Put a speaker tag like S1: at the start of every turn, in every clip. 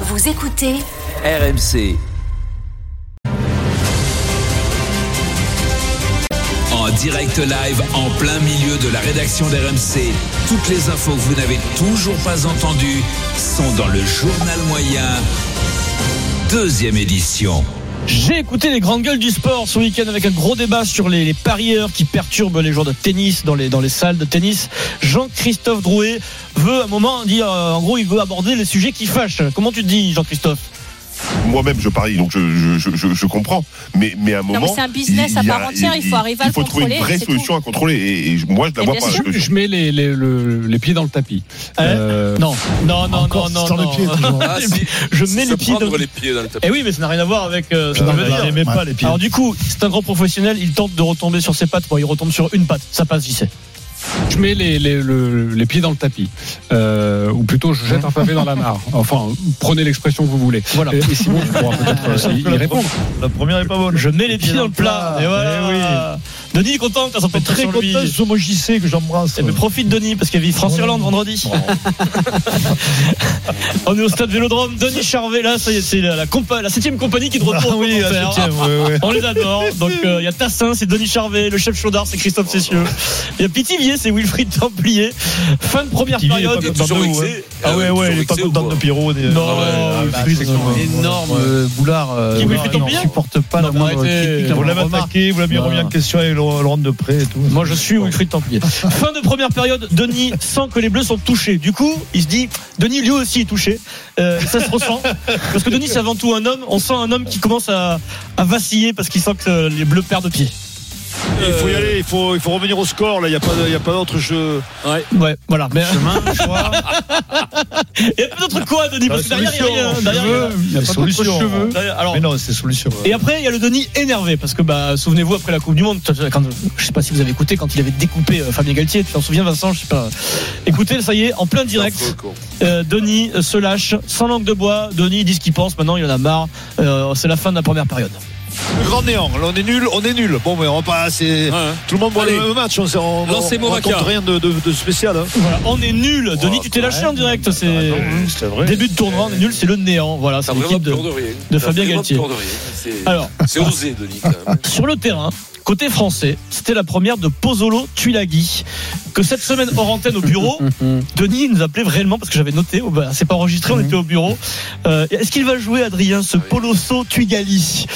S1: Vous écoutez
S2: RMC. En direct live, en plein milieu de la rédaction d'RMC, toutes les infos que vous n'avez toujours pas entendues sont dans le journal moyen, deuxième édition.
S3: J'ai écouté les grandes gueules du sport ce week-end avec un gros débat sur les, les parieurs qui perturbent les joueurs de tennis dans les, dans les salles de tennis. Jean-Christophe Drouet veut à un moment dire, euh, en gros, il veut aborder les sujets qui fâchent. Comment tu te dis, Jean-Christophe
S4: Moi-même, je parie, donc je, je, je, je comprends. Mais, mais à un
S5: mais
S4: moment.
S5: c'est un business à
S4: il y a-
S5: part entière, il faut arriver à
S4: Il faut
S5: le
S4: trouver une
S5: contrôler,
S4: vraie
S5: c'est
S4: solution à contrôler. Et, et moi, je la
S5: Mais
S4: vois
S5: bien
S4: pas.
S5: sûr.
S4: Je- je-
S6: Je mets les, les, le- les pieds dans le tapis.
S3: Hein
S6: Euh,
S3: Non, non, non,
S6: encore,
S3: non,
S6: c'est dans
S3: non.
S6: le pied, toujours.
S7: Ah, si,
S3: Je mets les pieds dans...
S7: les pieds dans le tapis.
S3: Eh oui, mais ça n'a rien à voir avec euh, ce
S6: Ah,
S3: que je veux
S6: bah,
S3: dire.
S6: j'aimais pas les pieds.
S3: Alors du coup, c'est un grand professionnel, il tente de retomber sur ses pattes. Bon, il retombe sur une patte, ça passe, j'y sais.
S6: Je mets les, les, le- les pieds dans le tapis. Euh, ou plutôt, je jette un pavé dans la mare. Enfin, prenez l'expression que vous voulez. Euh,
S3: Voilà.
S6: Et, et Simon, tu pourras peut-être euh, y, y répondre.
S8: La première est pas bonne.
S3: Je mets les pieds dans le plat. Et
S8: Eh
S3: voilà. Denis est content, ça s'entend très
S8: Très
S3: content.
S8: content, Zomo JC que j'embrasse.
S3: Eh ben, profite Denis parce qu'il y a France-Irlande vendredi. On est au stade Vélodrome. Denis Charvet, là, ça y est, c'est la, la, compa- la septième compagnie qui te retrouve.
S8: Ah oui,
S3: pour
S8: la
S3: faire.
S8: septième, ouais, ouais.
S3: On les adore. Donc euh, il y a Tassin, c'est Denis Charvet, le chef Chaudard, c'est Christophe Cessieux. Il y a Pithiviers, c'est Wilfried Templier. Fin de première
S8: Pithivier,
S3: période.
S8: il est pas
S7: Toujours
S8: Dans nous,
S7: vexé.
S8: Ah ouais, ouais, il est pas
S7: vexé ou
S8: content
S7: quoi
S8: de Pierrot. des-
S3: Non,
S8: Ah ouais,
S3: Wilfried,
S8: Wilfried,
S3: c'est
S8: un énorme euh, boulard. euh,
S3: Qui,
S8: boulard
S3: Wilfried
S8: énorme.
S3: Templier
S8: supporte pas la
S6: Non, mais
S8: moindre
S6: arrêtez.
S8: critique.
S6: Vous
S8: Vous
S6: l'avez
S8: l'avez attaqué, vous l'avez
S6: Non.
S8: remis en question et le le rendre de près et tout.
S3: Moi je suis Wilfried Templier. Fin de première période, Denis sent que les Bleus sont touchés. Du coup, il se dit, Denis lui aussi est touché. Euh, ça se ressent. Parce que Denis c'est avant tout un homme. On sent un homme qui commence à, à vaciller parce qu'il sent que euh, les Bleus perdent pied.
S8: Il faut y aller, il faut, il faut revenir au score. Là, il n'y a pas, de- il y a pas d'autre jeu.
S3: Ouais, voilà. Mais... il y a peut-être quoi, Denis Parce que derrière, il y a rien. Derrière, il y a rien.
S8: Il y a pas d'autre cheveux.
S3: Derrière, alors,
S8: hein. Mais non, c'est solution.
S3: Et après, il y a le Denis énervé parce que bah, souvenez-vous après la Coupe du Monde, quand, je sais pas si vous avez écouté quand il avait découpé euh, Fabien Galtier, tu t'en souviens Vincent, je sais pas. Écoutez, ça y est, en plein direct, euh, Denis euh, se lâche sans langue de bois. Denis dit ce qu'il pense. Maintenant, il en a marre. Euh, c'est la fin de la première période.
S8: Le grand néant. Là, on est nul, on est nul. Bon, mais on va pas. c'est-
S7: Ouais.
S8: Tout le monde voit
S7: Allez.
S8: le même match. On, s'est- on, on,
S7: Lancez
S8: on
S7: Moraka.
S8: raconte rien de, de- de spécial. hein.
S3: Voilà, on est nul.
S7: Oh,
S3: Denis, tu t'es lâché en
S7: bah,
S3: direct. C'est
S8: C'est vrai.
S3: début de tournoi, on est nul, c'est le néant. Voilà, c'est
S7: T'as vraiment
S3: l'équipe de.
S7: peur de rien.
S3: de
S7: T'as
S3: Fabien
S7: vraiment
S3: Galtier.
S7: peur de rien. C'est-
S3: Alors,
S7: C'est osé, Denis. quand même.
S3: sur le terrain. Côté français, c'était la première de Pozzolo Tuilagi. Que cette semaine hors antenne au bureau, Denis nous appelait réellement parce que j'avais noté, oh bah, c'est pas enregistré, on était au bureau. Euh, Est-ce qu'il va jouer Adrien ce Polosso Tuigali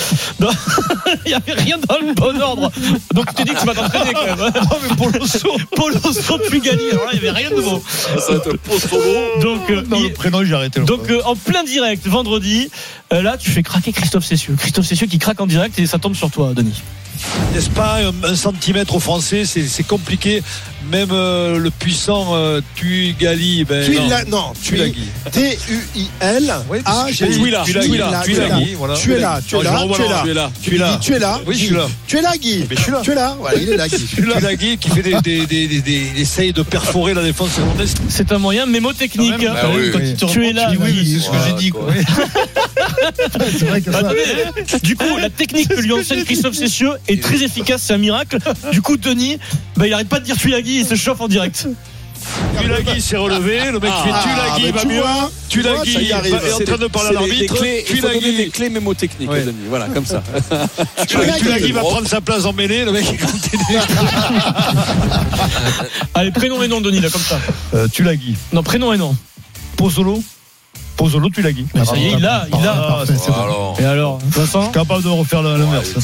S3: Non, Il n'y avait rien dans le bon ordre. Donc tu t'es dit que tu vas t'entraîner quand même. Non mais Polosso, Polosso Tuigali, alors là, il n'y avait rien de bon.
S7: Ça va être un post solo.
S3: Donc euh,
S8: Dans
S3: il-
S8: le prénom, j'ai arrêté. le
S3: donc euh, en plein direct vendredi, euh, là tu fais craquer Christophe Cessieux. Christophe Cessieux qui craque en direct et ça tombe sur toi, Denis.
S8: N'est-ce pas un, un centimètre aux Français, c'est c'est compliqué. Même euh, le puissant euh, Tugali, ben,
S9: Tuila-
S8: non,
S9: non,
S8: Tuilagi.
S9: T-U-I-L.
S8: Oui,
S9: Ah,
S8: parce que
S9: j'ai
S8: j'ai
S9: dit
S8: dit Tuila,
S9: Tuila,
S8: Tuila,
S9: Tuila.
S8: Tuilagi, voilà.
S9: Tu es là, tu es
S8: Non, je
S9: là,
S8: revois
S9: tu es
S8: là,
S9: là.
S8: tu es là.
S9: Tu, dis, tu es là.
S8: Oui, je suis là. Eh
S9: Tu es là, Guy.
S8: Mais je suis là.
S9: Tu es là. Voilà, il est là, Guy.
S8: Tuilagi qui fait des, des, des, des- des- il essaye de perforer la défense irlandaise.
S3: C'est un moyen mémotechnique.
S8: Quand même,
S7: bah oui.
S3: Quand tu te
S8: Tu
S3: rends
S8: es
S3: compte,
S8: là,
S3: tu dis,
S8: oui,
S3: Ah oui.
S8: c'est ce que j'ai dit. Quoi.
S9: C'est vrai que ça.
S3: Attendez, Bah, du coup, la technique que lui enseigne Christophe Cessieux est très efficace, c'est un miracle. Du coup, Denis, bah, il arrête pas de dire Tuilagi, il se chauffe en direct.
S8: Tuilagi s'est relevé, le mec
S9: Ah,
S8: fait
S9: bah,
S8: Tuilagi, va
S9: tu
S8: mieux.
S9: vois, tu vois,
S8: Tuilagi
S9: ça y
S8: il
S9: arrive.
S8: va- est en train de parler à
S7: C'est les- les
S8: l'arbitre.
S7: clés- Il faut donner des
S8: Tuilagi.
S7: clés mémotechniques,
S8: Ouais.
S7: Denis. Voilà, comme ça.
S9: Tuilagi.
S8: Tuilagi va prendre sa place en mêlée, le mec il continue.
S3: Allez, prénom et nom, Denis, là, comme ça.
S8: Tuilagi.
S3: Non, prénom et nom.
S8: Pozzolo. Pozzolo, Tuilagi.
S3: Mais ça y est, il a, il a.
S8: Parfait, c'est bon.
S7: Bah Alors,
S3: Et alors, Vincent
S8: capable de refaire la- l'inverse.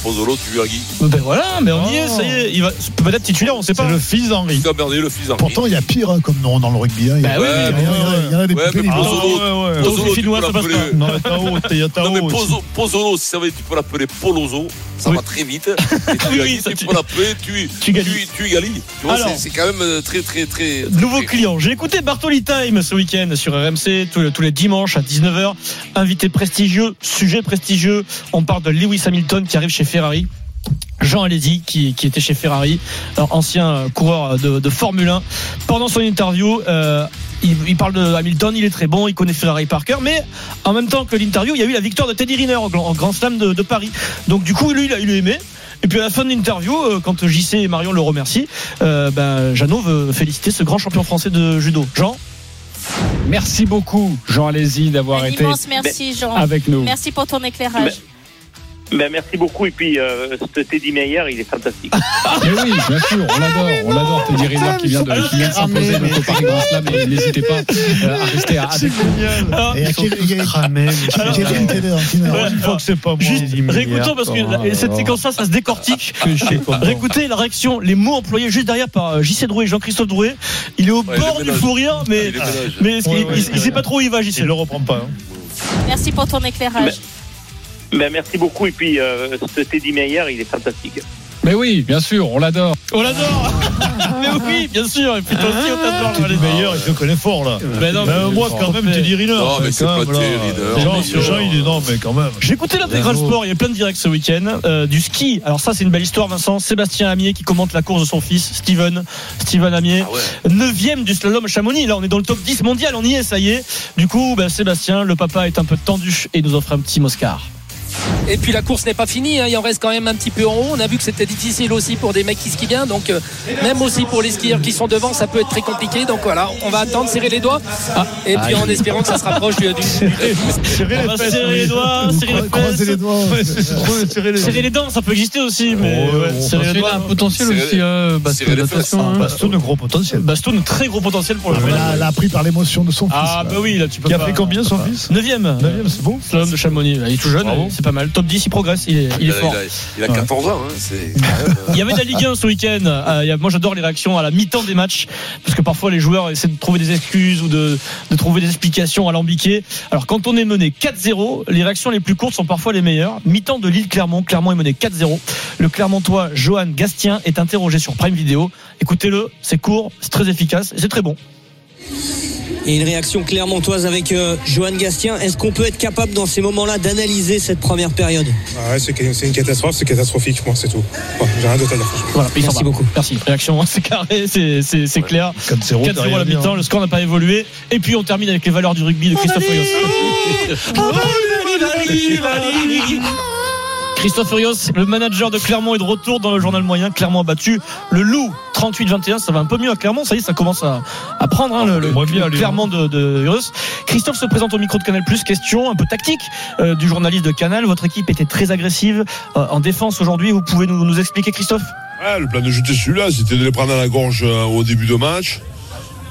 S7: Pozolo, tu lui as guidé.
S3: Ben voilà, mais on y est, ça y est. Il va peut-être titulaire, on sait pas.
S8: C'est le fils d'Henri.
S7: Putain, merdé, le fils d'Henri.
S9: Pourtant, il y a pire hein, comme nom dans le rugby. hein. Il y a-
S3: Bah oui,
S9: il y a- il
S7: ouais,
S9: y a- il y en a des
S7: ouais,
S9: plus
S8: bah,
S7: mais
S9: pénibles.
S3: Ah,
S7: Pozzolo,
S8: ouais,
S3: Pozzolo,
S7: Pozzolo,
S3: les
S7: tu peux
S3: Finnois, hein, ça passe
S7: l'appeler-
S8: Non, mais Tao, t'es- y a Tao
S7: Non mais
S8: aussi.
S7: Pozo- Pozzolo, si ça veut, tu peux l'appeler Polozo, ça
S3: Oui.
S7: va très vite. Et tu,
S3: Oui, ça, tu-
S7: tu peux l'appeler tu, tu,
S3: Tugali.
S7: tu Gali. Tu vois,
S3: Alors.
S7: c'est- c'est quand même euh, très très très.
S3: Nouveau
S7: très-
S3: client. J'ai écouté Bartoli Time ce week-end sur RMC, tous, les- tous les dimanches à 19h. Invité prestigieux, sujet prestigieux. On parle de Lewis Hamilton qui arrive chez Ferrari. Jean Alési, qui, qui était chez Ferrari, alors ancien euh, coureur de, de Formule 1. Pendant son interview, euh, il, il parle de Hamilton, il est très bon, il connaît Ferrari par cœur, mais en même temps que l'interview, il y a eu la victoire de Teddy Riner au, grand- au Grand Slam de, de Paris. Donc du coup, lui, il a, il a aimé. Et puis à la fin de l'interview, euh, quand JC et Marion le remercient, euh, ben, Jeannot veut féliciter ce grand champion français de judo. Jean
S6: Merci beaucoup, Jean Alési, d'avoir
S1: Un
S6: été
S1: immense merci, Jean.
S6: avec nous.
S1: Merci pour ton éclairage.
S5: Ben, merci beaucoup. Et puis, euh, ce Teddy Meyer, il est fantastique.
S6: Mais oui, bien sûr,
S9: Ah,
S6: on l'adore, on l'adore. Teddy Riner qui vient de, qui vient de s'imposer
S9: mais-
S6: donc au Paris Grand Slam. et N'hésitez pas euh, à rester à- Ah, avec nous.
S9: Et à quel Kevin Keller,
S3: Ouais.
S9: finalement.
S3: Alors, Juste réécoutons parce que la- et cette séquence-là, ça se décortique.
S6: Ah,
S3: Réécoutez la réaction, les mots employés juste derrière par euh, JC Drouet et Jean-Christophe Drouet. Il est au
S7: Ouais,
S3: bord
S7: le
S3: du
S7: ménage.
S3: fou rire, mais,
S7: Ah, Il est ménage.
S3: mais est-ce qu'il-
S9: Ouais,
S3: il,
S9: ouais,
S3: il sait
S9: ouais.
S3: pas trop où il va, JC.
S9: Il le reprend pas. hein.
S1: Merci pour ton éclairage.
S5: Ben, merci beaucoup. Et puis, euh, ce Teddy Meyer, il est fantastique.
S6: Mais oui, bien sûr, on l'adore.
S3: On l'adore Mais oui, bien sûr, et puis toi aussi, on t'adore, Valérie.
S9: D'ailleurs, il se connaît fort là.
S3: Mais non,
S9: Ben,
S3: mais-
S9: moi, quand même, Teddy Riner.
S7: Non, mais
S9: quand
S7: c'est
S9: même,
S7: pas
S9: là.
S7: Teddy Riner,
S9: Jean,
S7: bien sûr.
S9: Jean, il est non, mais quand même.
S3: J'ai écouté l'intégral
S6: Bravo.
S3: sport, il y a plein de directs ce week-end, euh, du ski. Alors ça c'est une belle histoire Vincent. Sébastien Amier qui commente la course de son fils, Steven, Steven Amier.
S7: Ah ouais.
S3: Neuvième du slalom à Chamonix. Là on est dans le top 10 mondial, on y est, ça y est. Du coup, bah, Sébastien, le papa est un peu tendu et nous offre un petit Moscar.
S10: Et puis la course n'est pas finie, hein, il en reste quand même un petit peu en haut. On a vu que c'était difficile aussi pour des mecs qui skient bien, donc euh, même aussi pour les skieurs qui sont devant, ça peut être très compliqué. Donc voilà, on va attendre, serrer les doigts, Ah. et puis en espérant que ça se rapproche du. du-
S3: On va serrer les doigts,
S9: Vous
S3: serrer
S9: cro-
S3: les
S9: Croisez les
S3: fesses.
S9: doigts. Serrez les
S3: Serrer les dents, ça peut exister aussi, mais
S9: Ouais,
S3: ouais,
S9: on
S3: serrer les
S11: Il a
S3: doigts. Ah,
S11: un potentiel
S7: Serrer-
S11: aussi, euh, Bastogne,
S7: serrer les fesses.
S11: attention. hein.
S9: Baston, un gros potentiel.
S3: Bastoun, très gros potentiel pour le
S9: Ah, mais
S3: moment.
S9: là, elle a pris par l'émotion de son fils.
S3: Ah bah oui, là tu peux
S9: Il a
S3: pas-
S9: fait combien son fils
S3: 9ème.
S9: 9 c'est bon
S3: Slalom de Chamonix, Là, il est tout jeune,
S9: Bravo.
S3: c'est pas mal. Top 10, il progresse, il est, il est
S7: Il a-
S3: fort.
S7: il a- Il a 14 ans, hein, c'est.
S3: Il y avait de la Ligue 1 ce week-end. Euh, il y a- moi, j'adore les réactions à la mi-temps des matchs, parce que parfois les joueurs essaient de trouver des excuses ou de, de trouver des explications alambiquées. Alors, quand on est mené 4-0, les réactions les plus courtes sont parfois les meilleures. Mi-temps de Lille Clermont, Clermont est mené 4-0. Le Clermontois Johan Gastien est interrogé sur Prime Video. Écoutez-le, c'est court, c'est très efficace, et c'est très bon.
S10: Et une réaction clermontoise avec euh, Johan Gastien. Est-ce qu'on peut être capable dans ces moments-là d'analyser cette première période
S5: c'est une catastrophe, c'est catastrophique, moi, c'est tout. J'ai rien d'autre à dire.
S3: Voilà, il s'en
S10: Merci
S3: va.
S10: beaucoup.
S3: Merci. Réaction, c'est carré, c'est c'est- c'est clair.
S9: 4-0.
S3: 4-0 à la mi-temps, le score n'a pas évolué. Et puis on termine avec les valeurs du rugby de Christophe Rios. Christophe Rios, le manager de Clermont est de retour dans le journal moyen. Clermont a battu le Loup 38-21. Ça va un peu mieux à Clermont. Ça y est, ça commence à, à prendre hein, le, le-
S9: Moins bien à
S3: le
S9: Lyon.
S3: Clermont de, de Rios. Christophe se présente au micro de Canal Plus. Question un peu tactique euh, du journaliste de Canal. Votre équipe était très agressive euh, en défense aujourd'hui. Vous pouvez nous, nous expliquer, Christophe
S4: Ouais, le plan de jeu était celui-là, c'était de les prendre à la gorge euh, au début de match,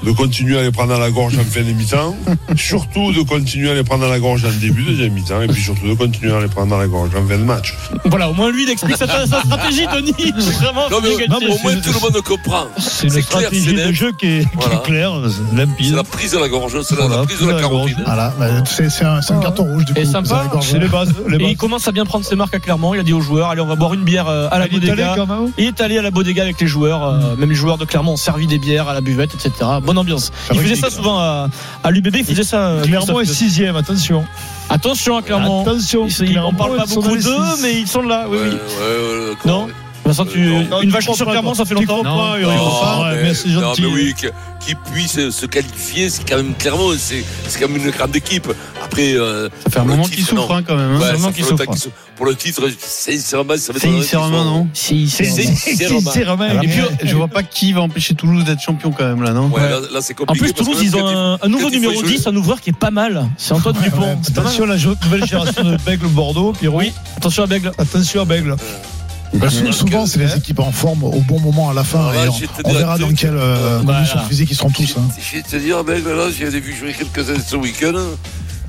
S4: de continuer à les prendre à la gorge en fin de mi-temps, surtout de continuer à les prendre à la gorge en début de deuxième mi-temps, et puis surtout de continuer à les prendre à la gorge en fin de match.
S3: Voilà, au moins lui, il explique sa, sa stratégie, Denis. Vraiment,
S7: Non, mais
S3: c'est-
S7: au moins tout le monde comprend.
S9: C'est
S7: C'est
S9: une
S7: clair, c'est
S9: stratégie de
S7: net.
S9: jeu qui est, qui
S7: Voilà.
S9: est claire,
S7: C'est
S9: limpide.
S7: la prise à la gorge, c'est la, la prise de la
S9: carotte.
S7: carotide.
S9: Voilà, bah, c'est c'est un, c'est un carton rouge du coup.
S3: Et sympa,
S9: vous avez gorgé.
S3: c'est les
S9: bases.
S3: Et il commence à bien prendre ses marques à Clermont. Il a dit aux joueurs Allez, on va boire une bière euh, à la
S9: Il est allé
S3: bodega.
S9: quand même. hein
S3: Il est allé à la bodega avec les joueurs. euh, Même les joueurs de Clermont ont servi des bières à la buvette, etc. Bonne ambiance. Il
S9: vrai
S3: faisait
S9: que
S3: ça
S9: c'est-
S3: souvent à, à l'UBB. Il faisait ça. euh,
S9: Clermont est
S3: Christophe.
S9: sixième, attention.
S3: Attention à Clermont.
S9: Attention,
S3: Ils sont- ils- on parle pas beaucoup d'eux, mais ils sont là. Oui,
S7: Ouais,
S3: oui.
S7: ouais, ouais, d'accord.
S3: Non Vincent, tu,
S7: Non,
S9: Euh, non,
S3: une
S9: tu
S3: vache
S9: comprends
S3: sur
S9: pas,
S3: Clermont, ça fait longtemps.
S9: Non,
S7: Non, Oh, Ah, mais,
S9: mais c'est
S7: non,
S9: gentil.
S7: mais oui, que- qui puisse se qualifier, c'est quand même clairement, c'est c'est quand même une grande équipe. Après, euh,
S11: Ça fait un
S7: pour le
S11: moment qu'il
S7: titre, non.
S11: souffre hein, quand même. hein.
S7: Ouais,
S11: Un
S7: ça
S11: moment
S7: fait
S11: qu'il
S7: longtemps
S11: souffre.
S7: qu'il souffre. Pour le titre, sincèrement, ça
S11: C'est
S7: m'étonnerait qu'il soit-
S11: Romain, non
S3: Si,
S7: C'est-
S3: c'est-
S7: c'est- c'est Romain.
S9: Romain. euh,
S11: Et puis je vois pas qui va empêcher Toulouse d'être champion quand même là, non
S7: Ouais, là, là, c'est
S3: En
S7: compliqué.
S3: plus,
S7: parce
S3: Toulouse,
S7: que
S3: ils
S7: même
S3: ont
S7: quand
S3: un, un nouveau
S7: quand il
S3: numéro
S7: faut jouer-
S3: 10, un ouvreur qui est pas mal. C'est Antoine Dupont. C'est pas mal.
S9: Attention, la jo- nouvelle génération de Bègle Bordeaux, Pierrot.
S3: Oui, attention à Bègle.
S9: Attention à Bègle.
S7: que-
S9: Bah, Souvent, c'est les équipes en forme au bon moment à la fin.
S7: Ah,
S9: et on,
S7: j'étais
S9: on
S7: dans
S9: verra
S7: le
S9: dans
S7: truc.
S9: quelle euh,
S3: Voilà.
S9: condition physique ils seront tous. hein.
S7: Je vais te dire, mec, là, j'ai vu jouer quelques-uns ce week-end.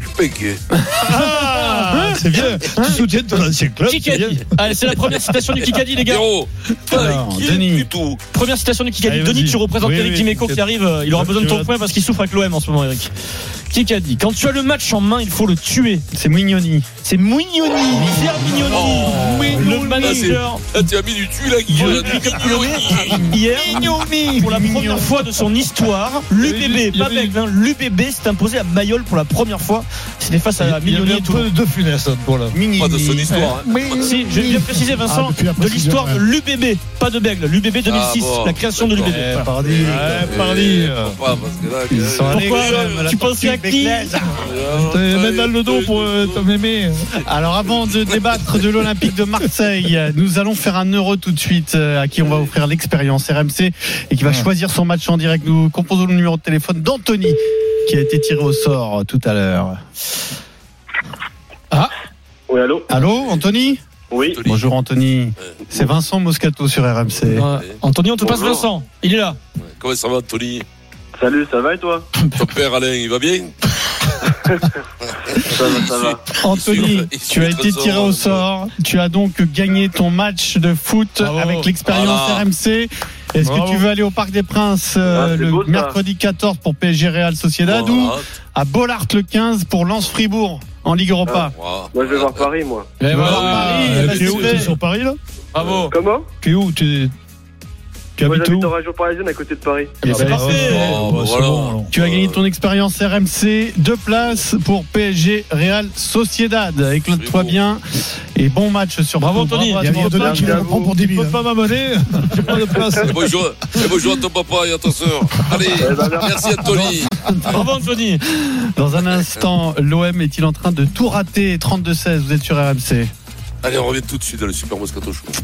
S7: Je suis péqué.
S9: Ah, c'est bien. Tu soutiens ton ancien club. c'est bien.
S3: Kikadi. Allez, c'est la première citation du Kikadi, les gars.
S7: Héros, pas Hum.
S11: Alors,
S7: inquiet
S11: Denis.
S7: du tout.
S3: Première citation du Kikadi.
S9: Allez,
S3: Denis,
S9: vas-y.
S3: tu représentes
S9: Oui,
S3: Eric
S9: oui,
S3: Dimeco qui
S9: t'inquiète.
S3: arrive. euh, Il aura
S9: Tu
S3: besoin de ton
S9: vas-
S3: point parce qu'il souffre avec l'OM en ce moment, Eric. Kikadi. Quand tu as le match en main, il faut le tuer.
S11: C'est Mignoni.
S3: C'est Mignoni. Pierre Mignoni.
S7: Oh,
S3: le
S9: Ah,
S3: manager.
S7: Là, tu as mis du tu, là, Guy.
S3: Voilà,
S7: Là,
S3: depuis
S7: tu-
S3: quelques années, Hier, pour la première fois de son histoire, l'UBB, pas Bègle, hein, l'UBB s'est imposé à Mayol pour la première fois. C'était face à
S9: Il y
S3: Mignoni
S9: avait
S3: et
S9: un
S3: Toulon.
S9: peu de funeste pour là.
S7: Pas de son histoire. hein.
S3: Si, je viens de préciser, Vincent,
S9: Ah, depuis la
S3: de l'histoire de
S9: précision,
S3: l'UBB, pas de Bègle, l'UBB 2006,
S7: Ah, bon.
S3: la création de l'UBB.
S7: D'accord.
S3: Voilà.
S9: Pardi.
S7: Eh,
S9: Pardi.
S7: faut pas, parce que là, que-
S3: Pourquoi tu pensais à qui
S7: Euh,
S9: T'as
S7: euh,
S9: même dans le dos pour euh, ton mémé.
S11: Alors avant de débattre de l'Olympique de Marseille, nous allons faire un euro tout de suite euh, à qui on va offrir l'expérience RMC et qui va choisir son match en direct. Nous composons le numéro de téléphone d'Anthony qui a été tiré au sort euh, tout à l'heure. Ah
S5: Oui, allô
S11: Allô, Anthony
S5: Oui.
S11: Bonjour Anthony. C'est Vincent Moscato sur RMC.
S3: Ah, Anthony, on te passe
S7: Bonjour.
S3: Vincent. Il est là.
S7: Comment ça va, Tony
S5: Salut, ça va et toi
S7: Ton père Alain, il va bien
S5: Ça va, ça va.
S11: Anthony,
S7: Il suit
S11: tu as
S7: notre
S11: été tiré au
S7: euh,
S11: sort. Tu as donc gagné ton match de foot avec l'expérience
S7: Voilà.
S11: RMC. Est-ce que
S3: Bravo.
S11: tu veux aller au Parc des Princes euh,
S5: Ah, c'est
S11: le
S5: beau, ça.
S11: mercredi 14 pour PSG Real Sociedad ou
S7: Voilà.
S11: à Bollard le 15 pour Lens Fribourg en Ligue
S5: Ah.
S11: Europa
S7: Voilà.
S5: Moi, je vais voir Paris, moi.
S3: Et
S11: Tu vas
S3: voilà.
S11: voir Paris,
S3: Euh,
S11: eh ben,
S3: tu
S11: c'est
S3: es où, tu
S11: fait. T'es
S3: es sur-
S11: sur Paris là
S3: Bravo.
S5: Comment
S11: Tu es où Tu, tu
S5: Moi,
S11: habites où
S5: j'habite Ah, en région parisienne à côté de Paris.
S11: Eh
S3: C'est
S11: ben,
S3: parfait. Bon,
S7: Oh, bah,
S3: c'est
S7: voilà.
S3: bon, alors.
S11: Tu as gagné ton expérience RMC, deux places pour PSG Real Sociedad. Éclate-toi
S7: beau.
S11: bien et bon match sur
S3: Bravo,
S11: Foot.
S3: Anthony. Il y
S11: Bravo
S3: a
S11: à toi.
S9: Anthony qui
S11: Tu
S9: me
S11: peux
S9: prend pour
S11: pas- tu
S9: débile,
S11: peux
S9: hein.
S11: pas m'abonner. J'ai pas de place.
S7: Et bonjour, et bonjour à ton papa et à ta soeur. Allez,
S5: bah,
S7: merci Anthony.
S3: Bravo, Anthony.
S11: Dans un instant, l'OM est-il en train de tout rater 32-16, vous êtes sur RMC.
S7: Allez, on revient tout de suite dans le Super Moscato Show.